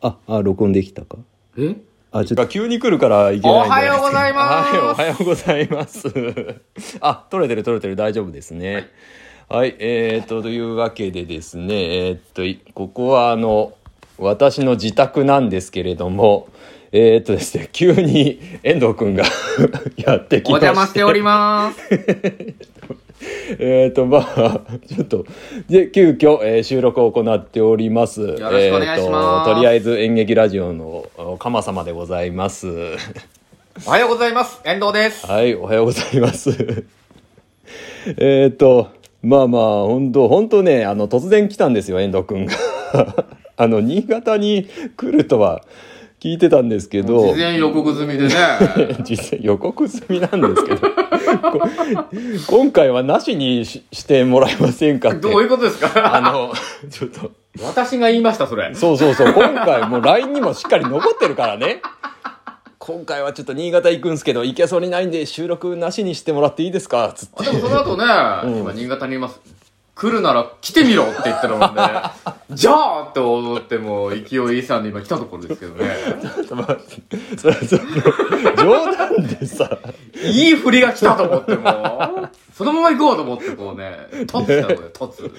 あ、あ、録音できたか。えあ、ちょっと。急に来るからいけないんおじゃはないようございますはい、おはようございます。 あ、撮れてる撮れてる、大丈夫ですね。はい、えー、っと、というわけでですね、えーっと、いここはあの、私の自宅なんですけれども、えーっとですね、急に遠藤くんが やってきおまして。邪魔しております。えーっと、まあ、ちょっと、で、急遽、えー収録を行っております。よろしくお願いしますと、とりあえず演劇ラジオの、おかま様でございます。おはようございます。遠藤です。はい、おはようございます。えっと、まあまあ、本当本当ね、あの、突然来たんですよ、遠藤くんが。 あの、新潟に来るとは聞いてたんですけど、事前予告済みでね。 実際予告済みなんですけど、こ 今回はなしにししてもらえませんかって。どういうことですかあの、ちょっと、 私が言いました、それ。そうそうそう、今回もう LINE にもしっかり残ってるからね。今回はちょっと新潟行くんですけど、行けそうにないんで収録なしにしてもらっていいですかつって。でもその後ね、今新潟にいます。来るなら来てみろって言ったの で、じゃあって思ってもう勢いいいさんで今来たところですけどね。まあそれはその冗談でさ いい振りが来たと思ってもう、 そのまま行こうと思ってこう ね、突つしたのよ、突。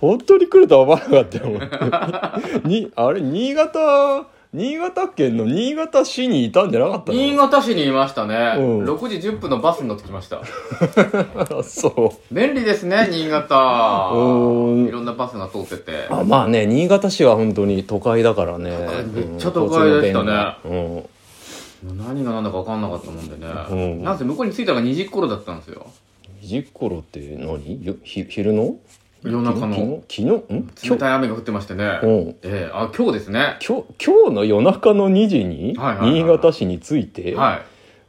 本当に来るとは思わなかったよ にあれ新潟新潟県の新潟市にいたんじゃなかったの新潟市にいましたね。うん6時10分のバスに乗ってきました。あそ便利です ね、新潟。うんいろんなバスが通っててう。あまあね新潟市は本当に都会だからね会めっちゃ都会でしたねね何が何だか分かんなかったもんでね。うんなんせ向こうに着いたのが2時頃だったんですよ。 2時頃って何よひ昼の夜中の昨日昨日ん今冷日たい雨が降ってましてね。うんええあ、今日ですね。今日今日の夜中の2時にはいはいはい新潟市に着いて、は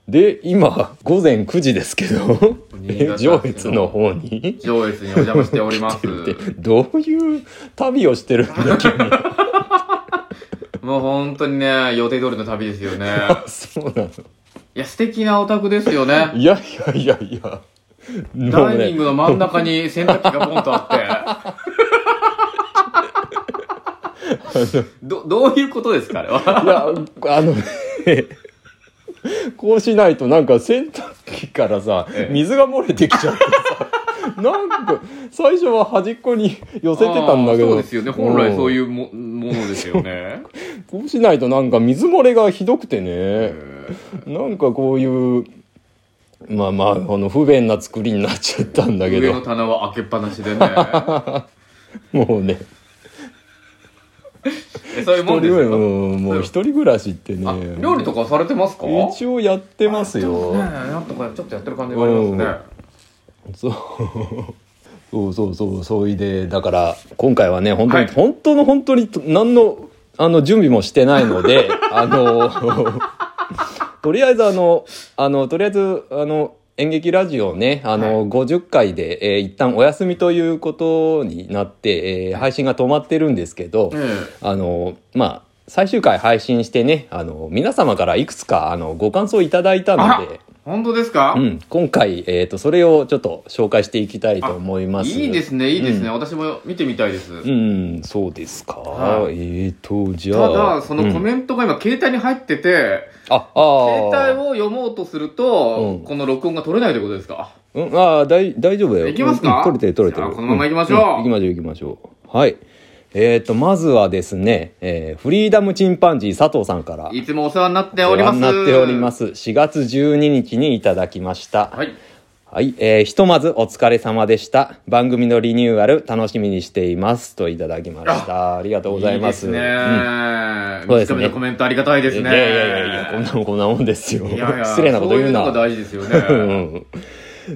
い。で今午前9時ですけど新潟 上越の方に上越にお邪魔してお ります。どういう旅をしてるんだっけ もう本当にね、予定通りの旅ですよ ね。あそうなのいや、素敵なお宅ですよね。いやいやいやいやもダうイニンねグの真ん中に洗濯機がポンと あって。ど、どういうことですかあれは。いやあのね こうしないとなんか洗濯機からさええ水が漏れてきちゃってさ なんか最初は端っこに寄せてたんだけあーどそうですよね。本来そういううもものですよね。んこうしないとなんか水漏れがひどくてね、えなんかこういう、まあまあ、あの、不便な作りになっちゃった んだーけ上のど、棚は開けっぱなしでね。もうね、えそういうも 一んで人すはよ。もう、もう一人暮らしってあね、料理とかされてますか一応やってますねよ。なんとかちょっとやってる感じがありますそね。う。 そうそうそう、そういで、だから、今回はね、本当に、はい本当の本当に、何の、あの、準備もしてないの で、あの、 とりあえずあの、あの、とりあえず、あの、演劇ラジオね、あの、50回で、えー一旦お休みということになって、えー配信が止まってるんですけど、えあの、まあ、最終回配信してね、あの、皆様からいくつか、あの、ご感想いただいたあのらで、本当ですか、うん、今回、えっ、と、それをちょっと紹介していきたいと思います。いいですね、いいですね。私も見てみたいです。うん、そうですか。はいえっ、と、じゃたあ。だ、そのコうんメントが今、携帯に入ってて、あ、あ携帯を。を読もうとすると、うんこの録音が取れないということですかうん、ああ、だい、大丈夫だよ。いきますかうん取れてる、取れてじゃる。あこのまま行きましょうん行きんましょう、行きましょう。はい。えっ、と、まずはですね、えーフリーダムチンパンジー佐藤さんから。いつもお世話になっております。ご覧になっておりま。す。4月12日にいただきました。はい。はい、えーひとまずお疲れ様でした。番組のリニューアル楽しみにしていますといただきました。ありがとうございます。いいですねうんー。そうです短ねめのコメントありがたいですね。いやいやいやいや、こんなもんこんなもんですよ。いやいや失礼なこと言うな。そういうのが大事ですよね。うん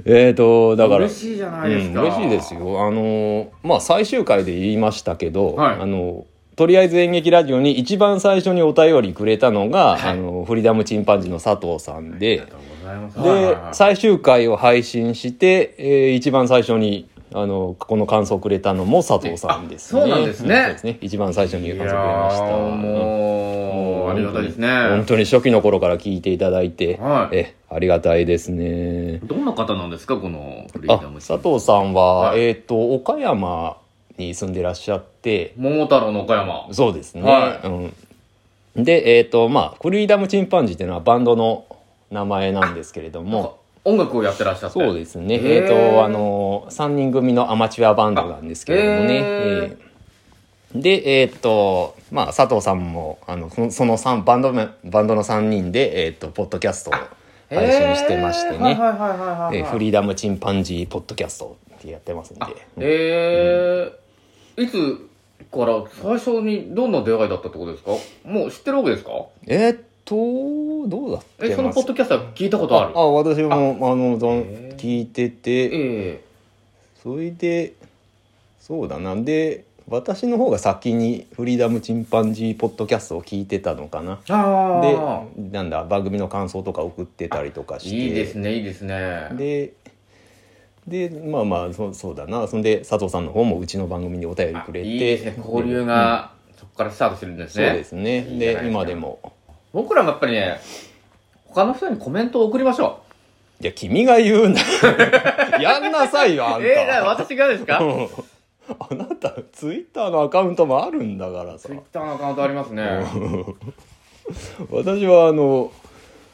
えーと、だから。嬉しいじゃないですか。うん嬉しいですよ。あのーまあ、最終回で言いましたけど、はいあのーとりあえず演劇ラジオに一番最初にお便りくれたのが、はいあのーフリーダムチンパンジーの佐藤さんありでが、とうございます。はいはいではい最終回を配信して、えー一番最初にあのこの感想をくれたのも佐藤さんですね。あそうなんですねうそうですね一番最初にい感や想くれました。ーうんもう、ありがたいですね。本当に初期の頃から聞いていただいて、はいえありがたいですね。どんな方なんですか、このフリーあダムチ佐藤さんは、はいえっ、と岡山に住んでらっしゃって、桃太郎の岡山。そうですね。はうんで、えっ、と、まあ、フリーダムチンパンジーっていうのはバンドの名前なんですけれども、音楽をやってらっしゃってそうですね。へえーっ、と、あの、3人組のアマチュアバンドなんですけれどもね。あへーえーで、えっ、と、まあ、佐藤さんも、あの、そのその三バンドメ、バンドの3人で、えっ、と、ポッドキャストを配信してましてへーはいね。はいはいはいはいえーフリーダムチンパンジーポッドキャストってやってますんで。えーいつから最初にどんな出会いだったってことですかもう知ってるわけですかえーっと、どうだっけえそのポッドキャストは聞いたことあるあ、私も、あの、どんへー聞いてて。えそれでそうだなんで私の方が先に「フリーダムチンパンジー」ポッドキャストを聞いてたのかなえあであなんだ番組の感想とか送ってたりとかしていいですねいいですねででまあまあそそうだなそんで佐藤さんの方もうちの番組にお便りあくれていいですね交流がそこからスタートするんですそうねですねいいじゃないですでか今でも僕らもやっぱりね他の人にコメントを送りましょいや君が言 うなやんなさいよあうんた、 えー、私がですかうんあなたツイッターのアカウントもあるんだからさツイッターのアカウントありますね私はあの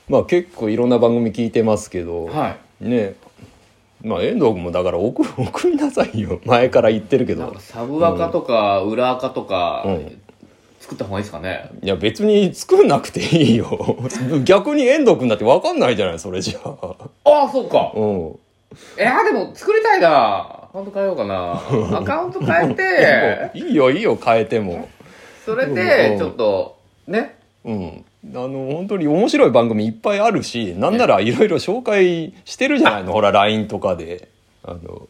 まあ結構いろんな番組聞いてますけど、はねまあ遠藤君もだから送 送りなさいよ前から言ってるけいなんどかサブアカとか裏アカとかうん作った方がいいですかねいや別に作んなくていいよ 逆に遠藤君だって分かんないじゃないそれじゃあああそうかうんいやーでも作りたいなアカウント変えよう かなアカウント変えていいよいいよ変えてもそれうでんちょっとねうんあの本当に面白い番組いっぱいあるしなんならいろいろ紹介してるじゃないのほら LINE とかであの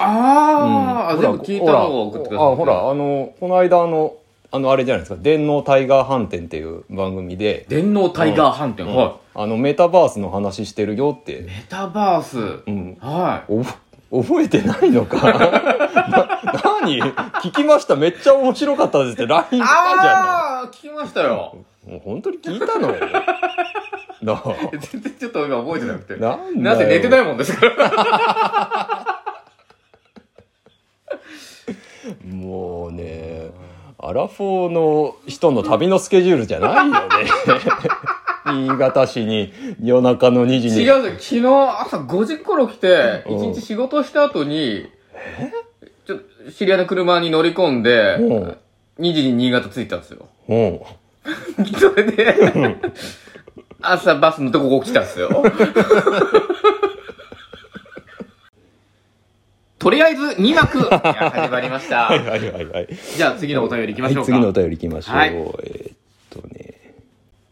ああ、全部聞いたのを送ってくださいあほらあのこの間あのあのあれじゃないですか「電脳タイガー飯店」っていう番組で、電脳タイガー飯店、うんはあのメタバースの話してるよっいて、メタバース、うん、はいおぼ覚えてないのか な何聞きましためっちゃ面白かったですって LINE 来たじゃああー聞きましたよ ないもう本当に聞いたのなあ全然ちょっと今覚えてなくてななんだよぜ寝てないもんですからもうねアラフォーの人の旅のスケジュールじゃないよね 新潟市に夜中の2時に違うんですよ昨日朝5時頃来てうん一日仕事した後にちょっと知り合いの車に乗り込んでうん2時に新潟着いたんですようんそれで、朝バスのとここ来たんですよ。 とりあえず2幕いや始まりましはいた。はいはいはい。じゃあ次のお便り行きまはしょい、うか。次のお便り行きましょう。はいえーっとね。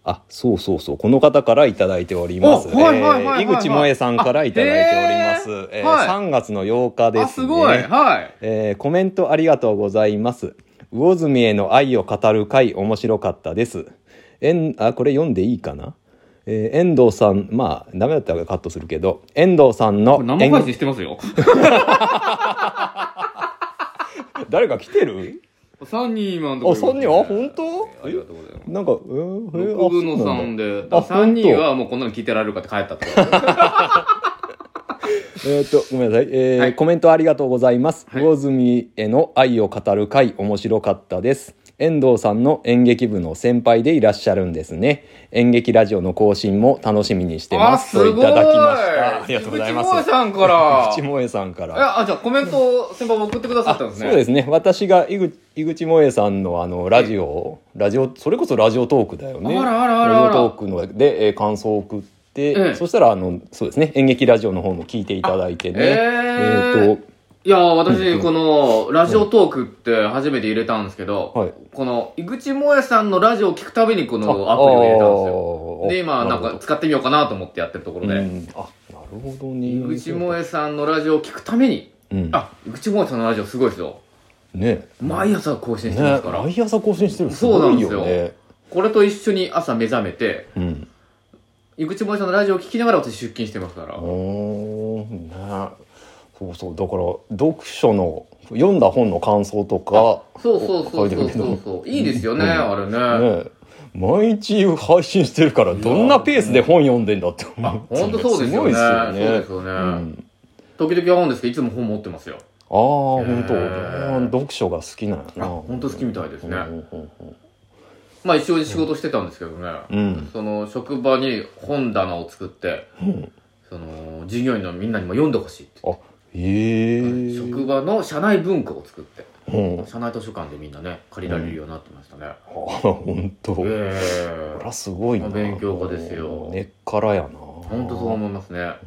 あ、そうそうそう、この方からいただいております。おはいはいはいはいえー井口萌えさんからいただいております。あへーえーはい3月の8日です、ね。あ、すごい。はい。えーコメントありがとうございます。魚住への愛を語る回面白かったです。えんあこれ読んでいいかな、えー遠藤さんまあダメだったらカットするけど遠藤さんのこれ生配信してますよ。誰か来てる3人今のとこあろいます三ね。人あ本当ありがとうございます。なんか、えー、えーあ6分のそうなんだ3で、あ3人はもうこんなの聞いてられるかって帰ったってこと。えーっと、ごめんなさい。えーはいコメントありがとうございます。はい魚住への愛を語る回、面白かったです。遠藤さんの演劇部の先輩でいらっしゃるんですね。演劇ラジオの更新も楽しみにしてます。といただきました。ありがとうございま口萌えす。さんから。口 い萌えさんから。や、あ、じゃあコメントを先輩送ってくださったんですね。そうですね。私が井口井口萌えさんのあのラジオ、ラジオそれこそラジオトークだよね。あらあらあらあらラジオトークので、えー感想を送って、ええそしたらあのそうですね演劇ラジオの方も聞いていただいてね。えーっといやー、私、この、ラジオトークって初めて入れたんですけど、はいこの、井口萌えさんのラジオを聞くたびにこのアプリを入れたんですよ。あーで、今、なんか、使ってみようかなと思ってやってるところなで、るほどうんあなるほどね。井口萌えさんのラジオを聞くために、うん、あ、井口萌えさんのラジオすごいですよ。ね毎朝更新してまねすから、毎朝更新してるそうなんですよごいねこれと一緒に朝目覚めて、うん井口萌えさんのラジオを聞きながら私出勤してますから。おーねそうそうだから読書の読んだ本の感想とかそうそうそ書いうてそるうけどそうそう。いいですよね、うんあれね。ね毎日配信してるからどんなペースで本読んでんだって思う本当そうですよごいね。ですよねそうですよね。うん時々は思うんですけどいつも本持ってますよああ本当、へー読書が好きなんやあな本当好きみたいですねうんうんうんうんまあ一応仕事してたんですけどね、うんその職場に本棚を作って、その従業員のみんなにも読んでほしいってあへえ職場の社内文庫を作ってうん社内図書館でみんなね借りられるようになってましたね、あ本当こええれはすごいな勉強家ですよ根っからやな本当そう思いますねう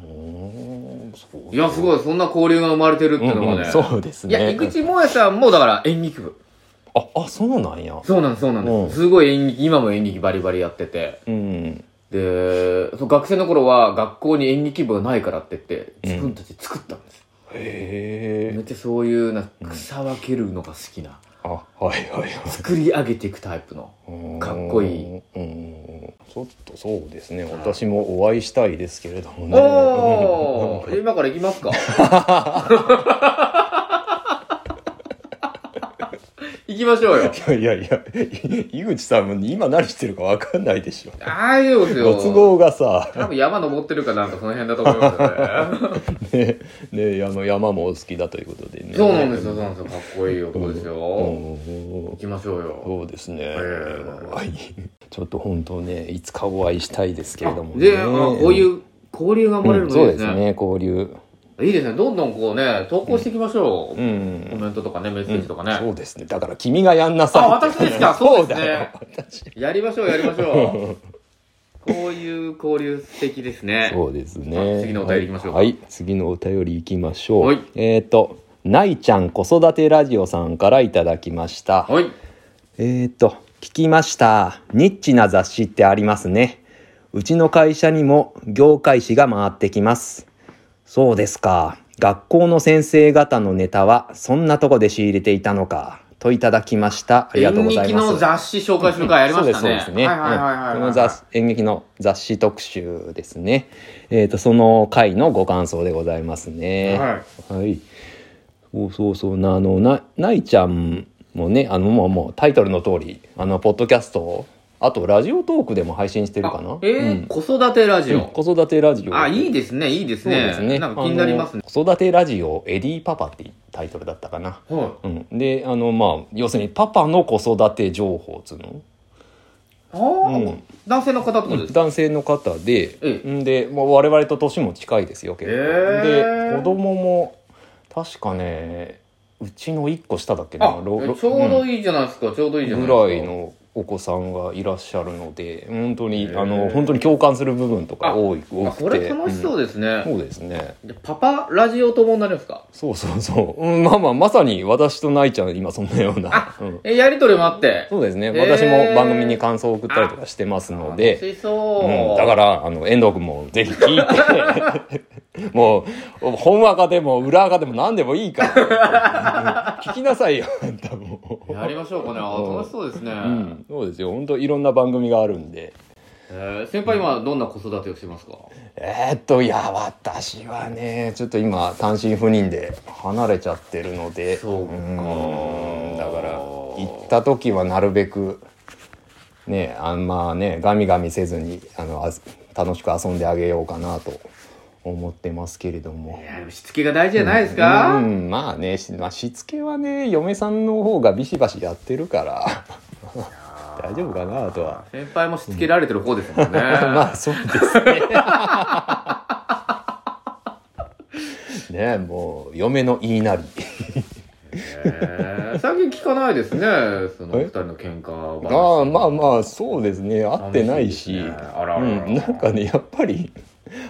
んそういやすいごいそんな交流が生まれてるっていうのがね、うんうんそうですねいや井口萌也さんもだから演劇部ああそうなんやそうなんですそうなんです、うんすごい演劇今も演劇バリバリやっててうんでそう学生の頃は学校に演劇部がないからって言って自分たちで作ったんです、へえめっちゃそういうな草分けるのが好きなあはいはいはい作り上げていくタイプのかっこいい。うん、ちょっとそうですね。私もお会いしたいですけれどもね。おー今から行きますか行きましょうよ いやいやいや、い井口さんも今何してるかわかんないでしょ。大丈夫ですよご都合がさ、多分山登ってるかなんかその辺だと思いま すよねね、ね、あの山もお好きだということでね。そうなんですよそうなんですよかっこいい男ですよ、うん行きましょうよそうですね。えはい。ちょっと本当ね、いつかお会いしたいですけれどもね。で、あこういうう交流が生まれるんのそいういでですすね,、ね、交流。いいですねどんどんこうね投稿していきましょうう、んコ。メントとかねメッセージとかね、そうですね。だから君がやんなさい。あ私ですかそうですねだよ私やりましょうやりましょ うこういう交流素敵です ねそうですね。あ次のお便り行きましょうかはい、はい次のお便り行きましょう。はいえっ、と、ないちゃん子育てラジオさんからいただきました。はいえーと、聞きました。ニッチな雑誌ってありますね。うちの会社にも業界誌が回ってきます。そうですか。学校の先生方のネタはそんなとこで仕入れていたのか。といただきました。ありがとうございます。演劇の雑誌紹介する回やりましたねそうですそうですね。はいはいはいはい、うんこの雑演劇の雑誌特集ですね。えっ、とその回のご感想でございますね。。はいそうそうそうなあのなないちゃんもねあのもうもうタイトルの通りあのポッドキャストをあとラジオトークでも配信してるかなあ。えーうん子育てラジオ、子育てラジオ。あいいでですねいいですそうねですね。なんか気になりますねあの子育てラジオエディパパってタイトルだったかな。はうん、であのまあ要するにパパの子育て情報っつうのいああ、うん男性の方ってことですか、男性の方で、えんで、まあ、我々と年も近いですよ結構、えーで子供も確かねうちの1個下だっけなあろろちょうどいいじゃないですか、ちょうどいいじゃうなんいぐらいですかのお子さんがいらっしゃるので本当に、えーあの本当に共感する部分とか多い多あくてこれ楽しそうでですね、そうですねでパパラジオ友になりますかそうそうそう、うん、まあまあまさに私とないちゃん今そんなようなあ、うん、えやりとりもあってそうですね、えー私も番組に感想を送ったりとかしてますので楽しそう、うん、だからあの遠藤君もぜひ聞いてもう本赤でも裏赤でも何でもいいから、うん聞きなさいよあんたもやりましょうかねうんあ楽しそうですね、う、うん、そうですよ本当いろんな番組があるんでえー先輩今どんな子育てをしてますか、えー、っといや私はねちょっと今単身赴任で離れちゃってるのでそうかんだから行った時はなるべくねあんまねガミガミせずにあのあ楽しく遊んであげようかなと思ってますけれどもい。やでもしつけが大事じゃないですか、うん、まあねし,、まあ、しつけはね嫁さんの方がビシバシやってるから 大丈夫かなとは先輩もしつけられてる方ですもんね、 まあそうですね。ねもう嫁の言いなり。えー最近聞かないですねそのえ二人の喧嘩話ああまあまあそうですね会ってないし、寂しいですねあらあうらあらん、なんかねやっぱり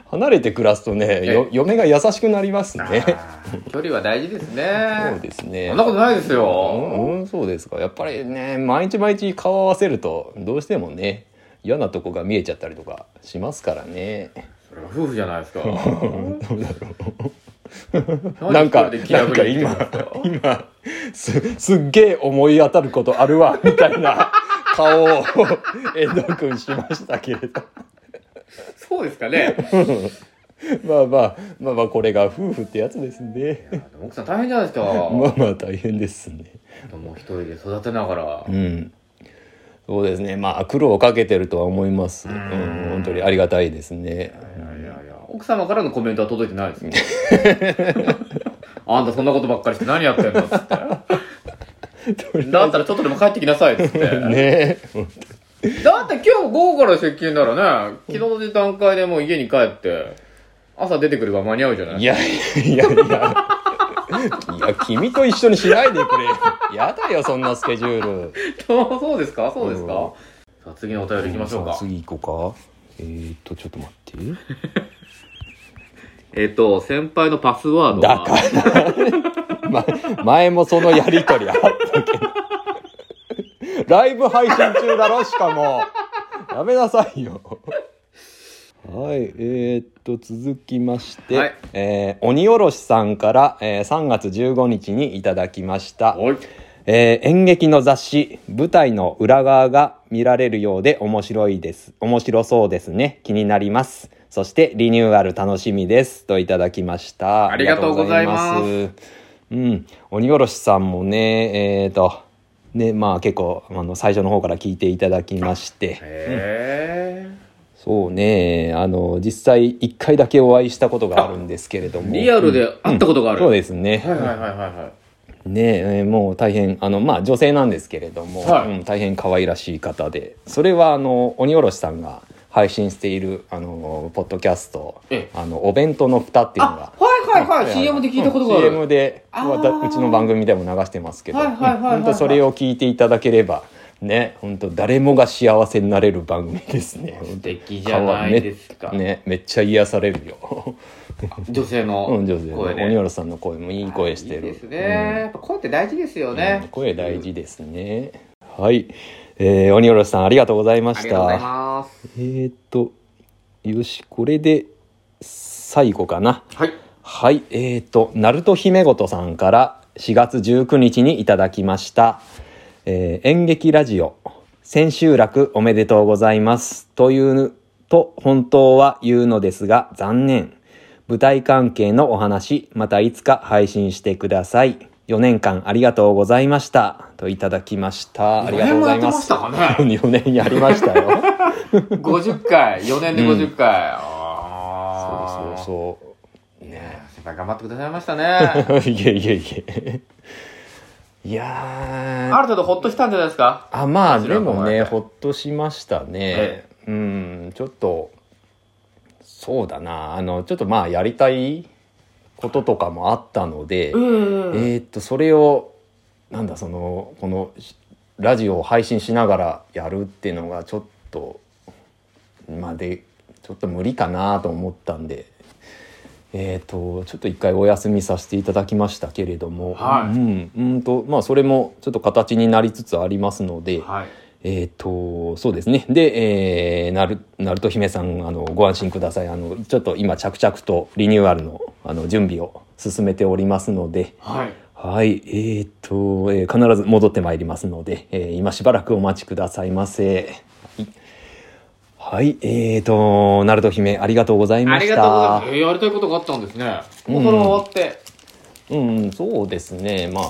離れて暮らすとねよ嫁が優しくなりますね。あー 距離は大事ですそうねですねそんな。ことないですうよ、ん、うん、そうですかやっぱりね毎日毎日顔を合わせるとどうしてもね嫌なとこが見えちゃったりとかしますからね。それが夫婦じゃないですかどうだろう なん何か、一人で気な楽んかに生きてる今んですか、今、す、すっげえ思い当たることあるわ、 みたいな顔を、遠藤くんしましたけれど。そうです かねまあまあ、まあまあ、これが夫婦ってやつですね。でも奥さん大変じゃないですかまあまあ、大変ですね。子供一人で育てながら、うん。そうですね。まあ、苦労をかけてるとは思います。うん、本当にありがたいですね。いやいやいや奥様からのコメントは届いてないです ねあんたそんなことばっかりして何やってんのっつってとりあだったらちょっとでも帰ってきなさいっつ って。えずねだって今日午後から出勤ならね、昨日の段階でもう家に帰って、朝出てくれば間に合うじゃないいやいやいやいやいや君と一緒にしないでくれやだよそんなスケジュール そうそうですかそうですか、うんさあ次のお便りいきましょうさかあ。次行こうかえー、っとちょっと待ってえっ、と、先輩のパスワード だは、から、 ま、前もそのやりとりあったけど。 ライブ配信中だろ、しかも。 やめなさいよ。はい、えーっと、続きまして、はいえー鬼おろしさんから、えー3月15日にいただきました。おい。えー演劇の雑誌舞台の裏側が見られるようで面白いです面白そうですね気になりますそしてリニューアル楽しみですといただきましたありがとうございますありがとうございますうん鬼おろしさんもねえっ、とねまあ結構あの最初の方から聞いていただきましてへそうねあの実際一回だけお会いしたことがあるんですけれどーもリアルで会ったことがある。そうですねはいはいはいはいはい。ねえーもう大変あの、まあ、女性なんですけれども、はいうん大変可愛らしい方でそれはあの鬼おろしさんが配信しているあのポッドキャストええ「あのお弁当の蓋」っていうのがあ、はいはいはあい。の CM で聞いたことがある。うん CM であーわたうちの番組でも流してますけどはいうんはいはいはいはい本当それを聞いていただければね本当誰もが幸せになれる番組ですね 素敵じゃないですか。めねめっちゃ癒されるよ女性のう声んで。上手で鬼おろしさんの声もいい声してるいいですね。やっぱ声って大事ですよね。うん声大事ですね。はい。えー、鬼おろしさんありがとうございまあしりがとうございた。ます。えーっと、よし、これで最後かな。はい。はい。えーっと、ナルト姫ごとさんから4月19日にいただきました。えー演劇ラジオ、千秋楽おめでとうございます。という、と本当は言うのですが、残念。舞台関係のお話、またいつか配信してください。4年間ありがとうございました。といただきました。ありがとうございます。 4年もやって4年やりましたよ。 50回。4年で50回。 そ うあーそうそう。いねやー先輩頑張ってくださいましたね。 いえいえいえ。いやあーる程度ほっとしたんじゃないですかあまあこちでらの方もがねねほっとしましたねえ、うんちょっとそうだなあのちょっとまあやりたいこととかもあったので、えんーっとそれをなんだそのこのしラジオを配信しながらやるっていうのがちょっとまあでちょっと無理かなと思ったんで。えー、とちょっと一回お休みさせていただきましたけれども、はいうんうんとまあそれもちょっと形になりつつありますので、はい。えっ、と、そうですね。で、えー、なる、なると姫さん、あの、ご安心ください。あの、ちょっと今、着々とリニューアルの、あの、準備を進めておりますので、はい。はい、えっ、と、えー必ず戻ってまいりますので、えー今しばらくお待ちくださいませ。はい、はい、えっ、と、なると姫、ありがとうございあまりしがとうございた。ます。えーやりたいことがあったんですね。もうんうそれ終わって。うん、そうですね。ま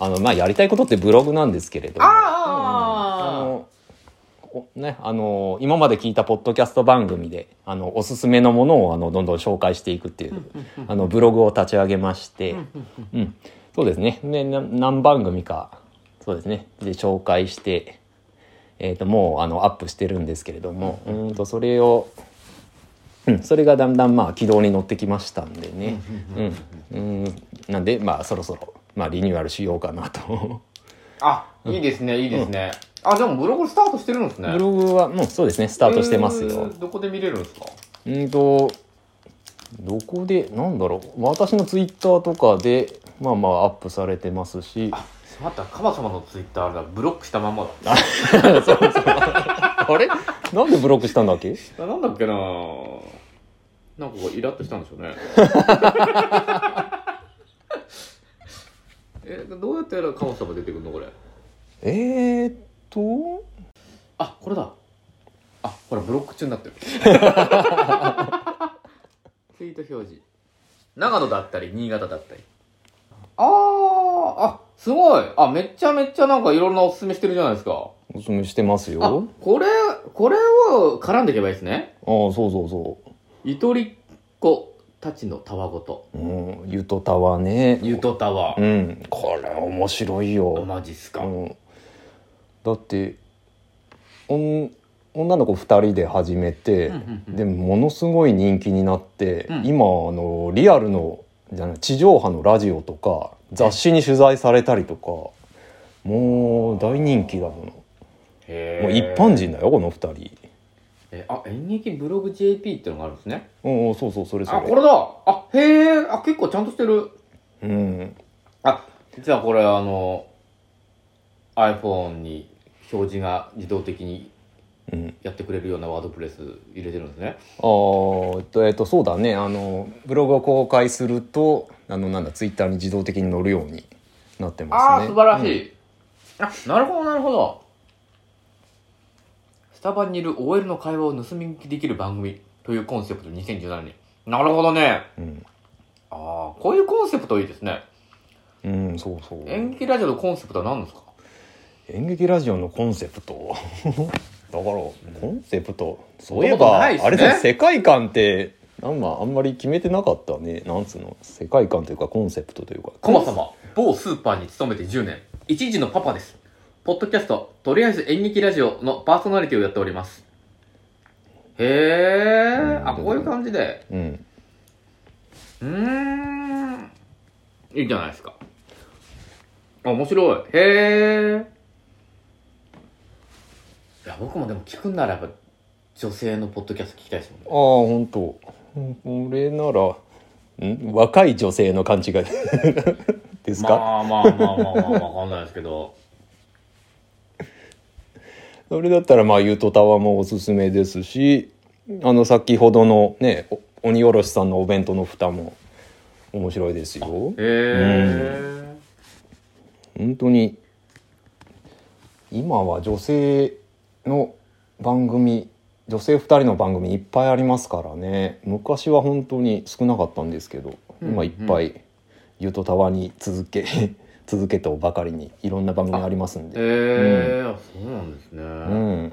あ、あの、まあ、やりたいことってブログなんですけれども。ああのおね、あの今まで聞いたポッドキャスト番組であのおすすめのものをあのどんどん紹介していくっていうあのブログを立ち上げまして、うん、そうですねねな何番組かそうですねで紹介して、えー、ともうあのアップしてるんですけれどもうーんとそれを、うん、それがだんだんまあ軌道に乗ってきましたんでね、うん、うんなんでまあそろそろ、まあ、リニューアルしようかなと。あ。あ、いいですね、いいですね。あ、でもブログスタートしてるんですね。ブログはもうそうですねスタートしてますよ。えーどこで見れるんですかうんとどこでなんだろう私のツイッターとかでまあまあアップされてますしまた、カバ様のツイッターあれだ、ブロックしたまんまだ。 あれなんでブロックしたんだっけあなんだっけなぁなんかこうイラッとしたんでしょ うねえどうやってやらカオスが出てくるのこれ えー、っとあこれだあほらブロック中にな ってるツイート表示長野だったり新潟だったりあーあすごいあめっちゃめっちゃなんかいろんなおすすめしてるじゃないですかおすすめしてますよああこれこれを絡んでいけばいいですねあそうそうそゆとりっ子たちのたわごと。うん、ゆとたわね。ゆとたわう。ん、これ面白いよ。マジっすか。うん、だっておん女の子2人で始めて、うんうんうんでもものすごい人気になって、うん今あのリアルのじゃない地上波のラジオとか雑誌に取材されたりとかもう大人気だもの、へーもう一般。人だよこの2人。え、あ、演劇ブログ JP ってのがあるんですね。うんうん、そうそうそれそれあ、これだあ、へえ、あ、結構ちゃんとしてる。うん、あ、じゃあこれあの、iPhone に表示が自動的にうん、やってくれるようなワードプレス入れてるんですね。あーえっと、えっと、そうだねあのブログを公開するとあのなんだツイッターに自動的に載るようになってますねああ、素晴らしうんい。あ、なるほど、なるほど。スタバにいる OL の会話を盗み聞きできる番組というコンセプト2017年。なるほどね。うんああ、こういうコンセプトいいですね。うん、そうそう。演劇ラジオのコンセプトは何ですか演劇ラジオのコンセプト。 だから、コンセプト。そういえそんなことば、ないっすねあれだ、世界観って、なんまあんまり決めてなかったね。なんつうの、世界観というか、コンセプトというか。コマ様、某スーパーに勤めて10年、一時のパパです。ポッドキャスト、とりあえず演劇ラジオのパーソナリティをやっております。へえ、あ、こういう感じで。うん。うーん、いいんじゃないですか。あ、面白い。へえ。いや、僕もでも聞くんならやっぱ、女性のポッドキャスト聞きたいですもんねああ、。本当。うん俺なら、ん若い女性の勘違い ですか、まあまあまあまあまあ、わかんないですけど。それだったら、まあ、ゆとたわもおすすめですし、あの、先ほどのね、お鬼おろしさんのお弁当の蓋も面白いですよ。へえ。本当に今は女性の番組女性2人の番組いっぱいありますからね昔は本当に少なかったんですけど、うん今いっぱい「ゆとたわ」に続け 続けとばかりにいろんな番組ありますんで、へえ、あそうなんですね。うん、へ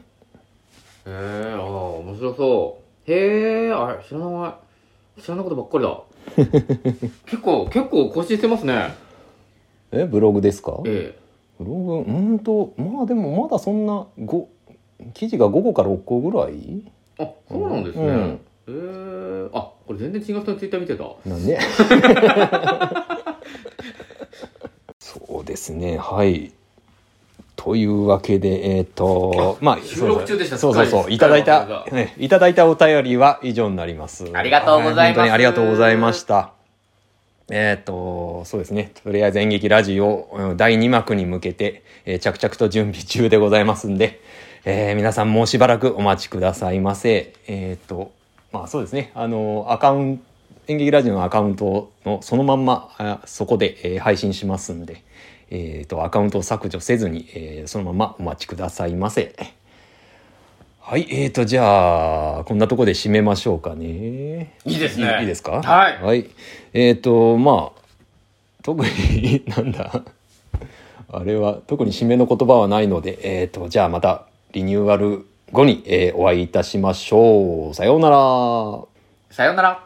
え、ああ、面白そう。へえ、あれ、知らない。知らないことばっかりだ。 結構、結構更新してますね。えブログですかブえログうんとまあでもまだそんなご記事が5個か6個ぐらいえ。あ、そうなんですね。うへんえ、あ、これ全然違う人のツイッター見てた。なん でそうですねはいというわけでえっ、とまあ収録中でしたそうそうすっかそりういただいすっかたり、ね、いただいたお便りは以上になりますありがとうございますは本当にありがとうございましたえっ、とそうですねとりあえず演劇ラジオうん第2幕に向けて、えー着々と準備中でございますんで、えー皆さんもうしばらくお待ちくださいませえっ、とまあそうですねあのアカウント演劇ラジオのアカウントのそのまんまあそこで、えー配信しますんで、えー、とアカウントを削除せずに、えーそのままお待ちくださいませ。はい、えーと、じゃあ、こんなとこで締めましょうかね。いいですねいいですかはいえーと、まあ、特に、 なんだ、あれは、特に締めの言葉はないので、えーと、じゃあまた、リニューアル後に、えーお会いいたしましょう。さようなら。さようなら。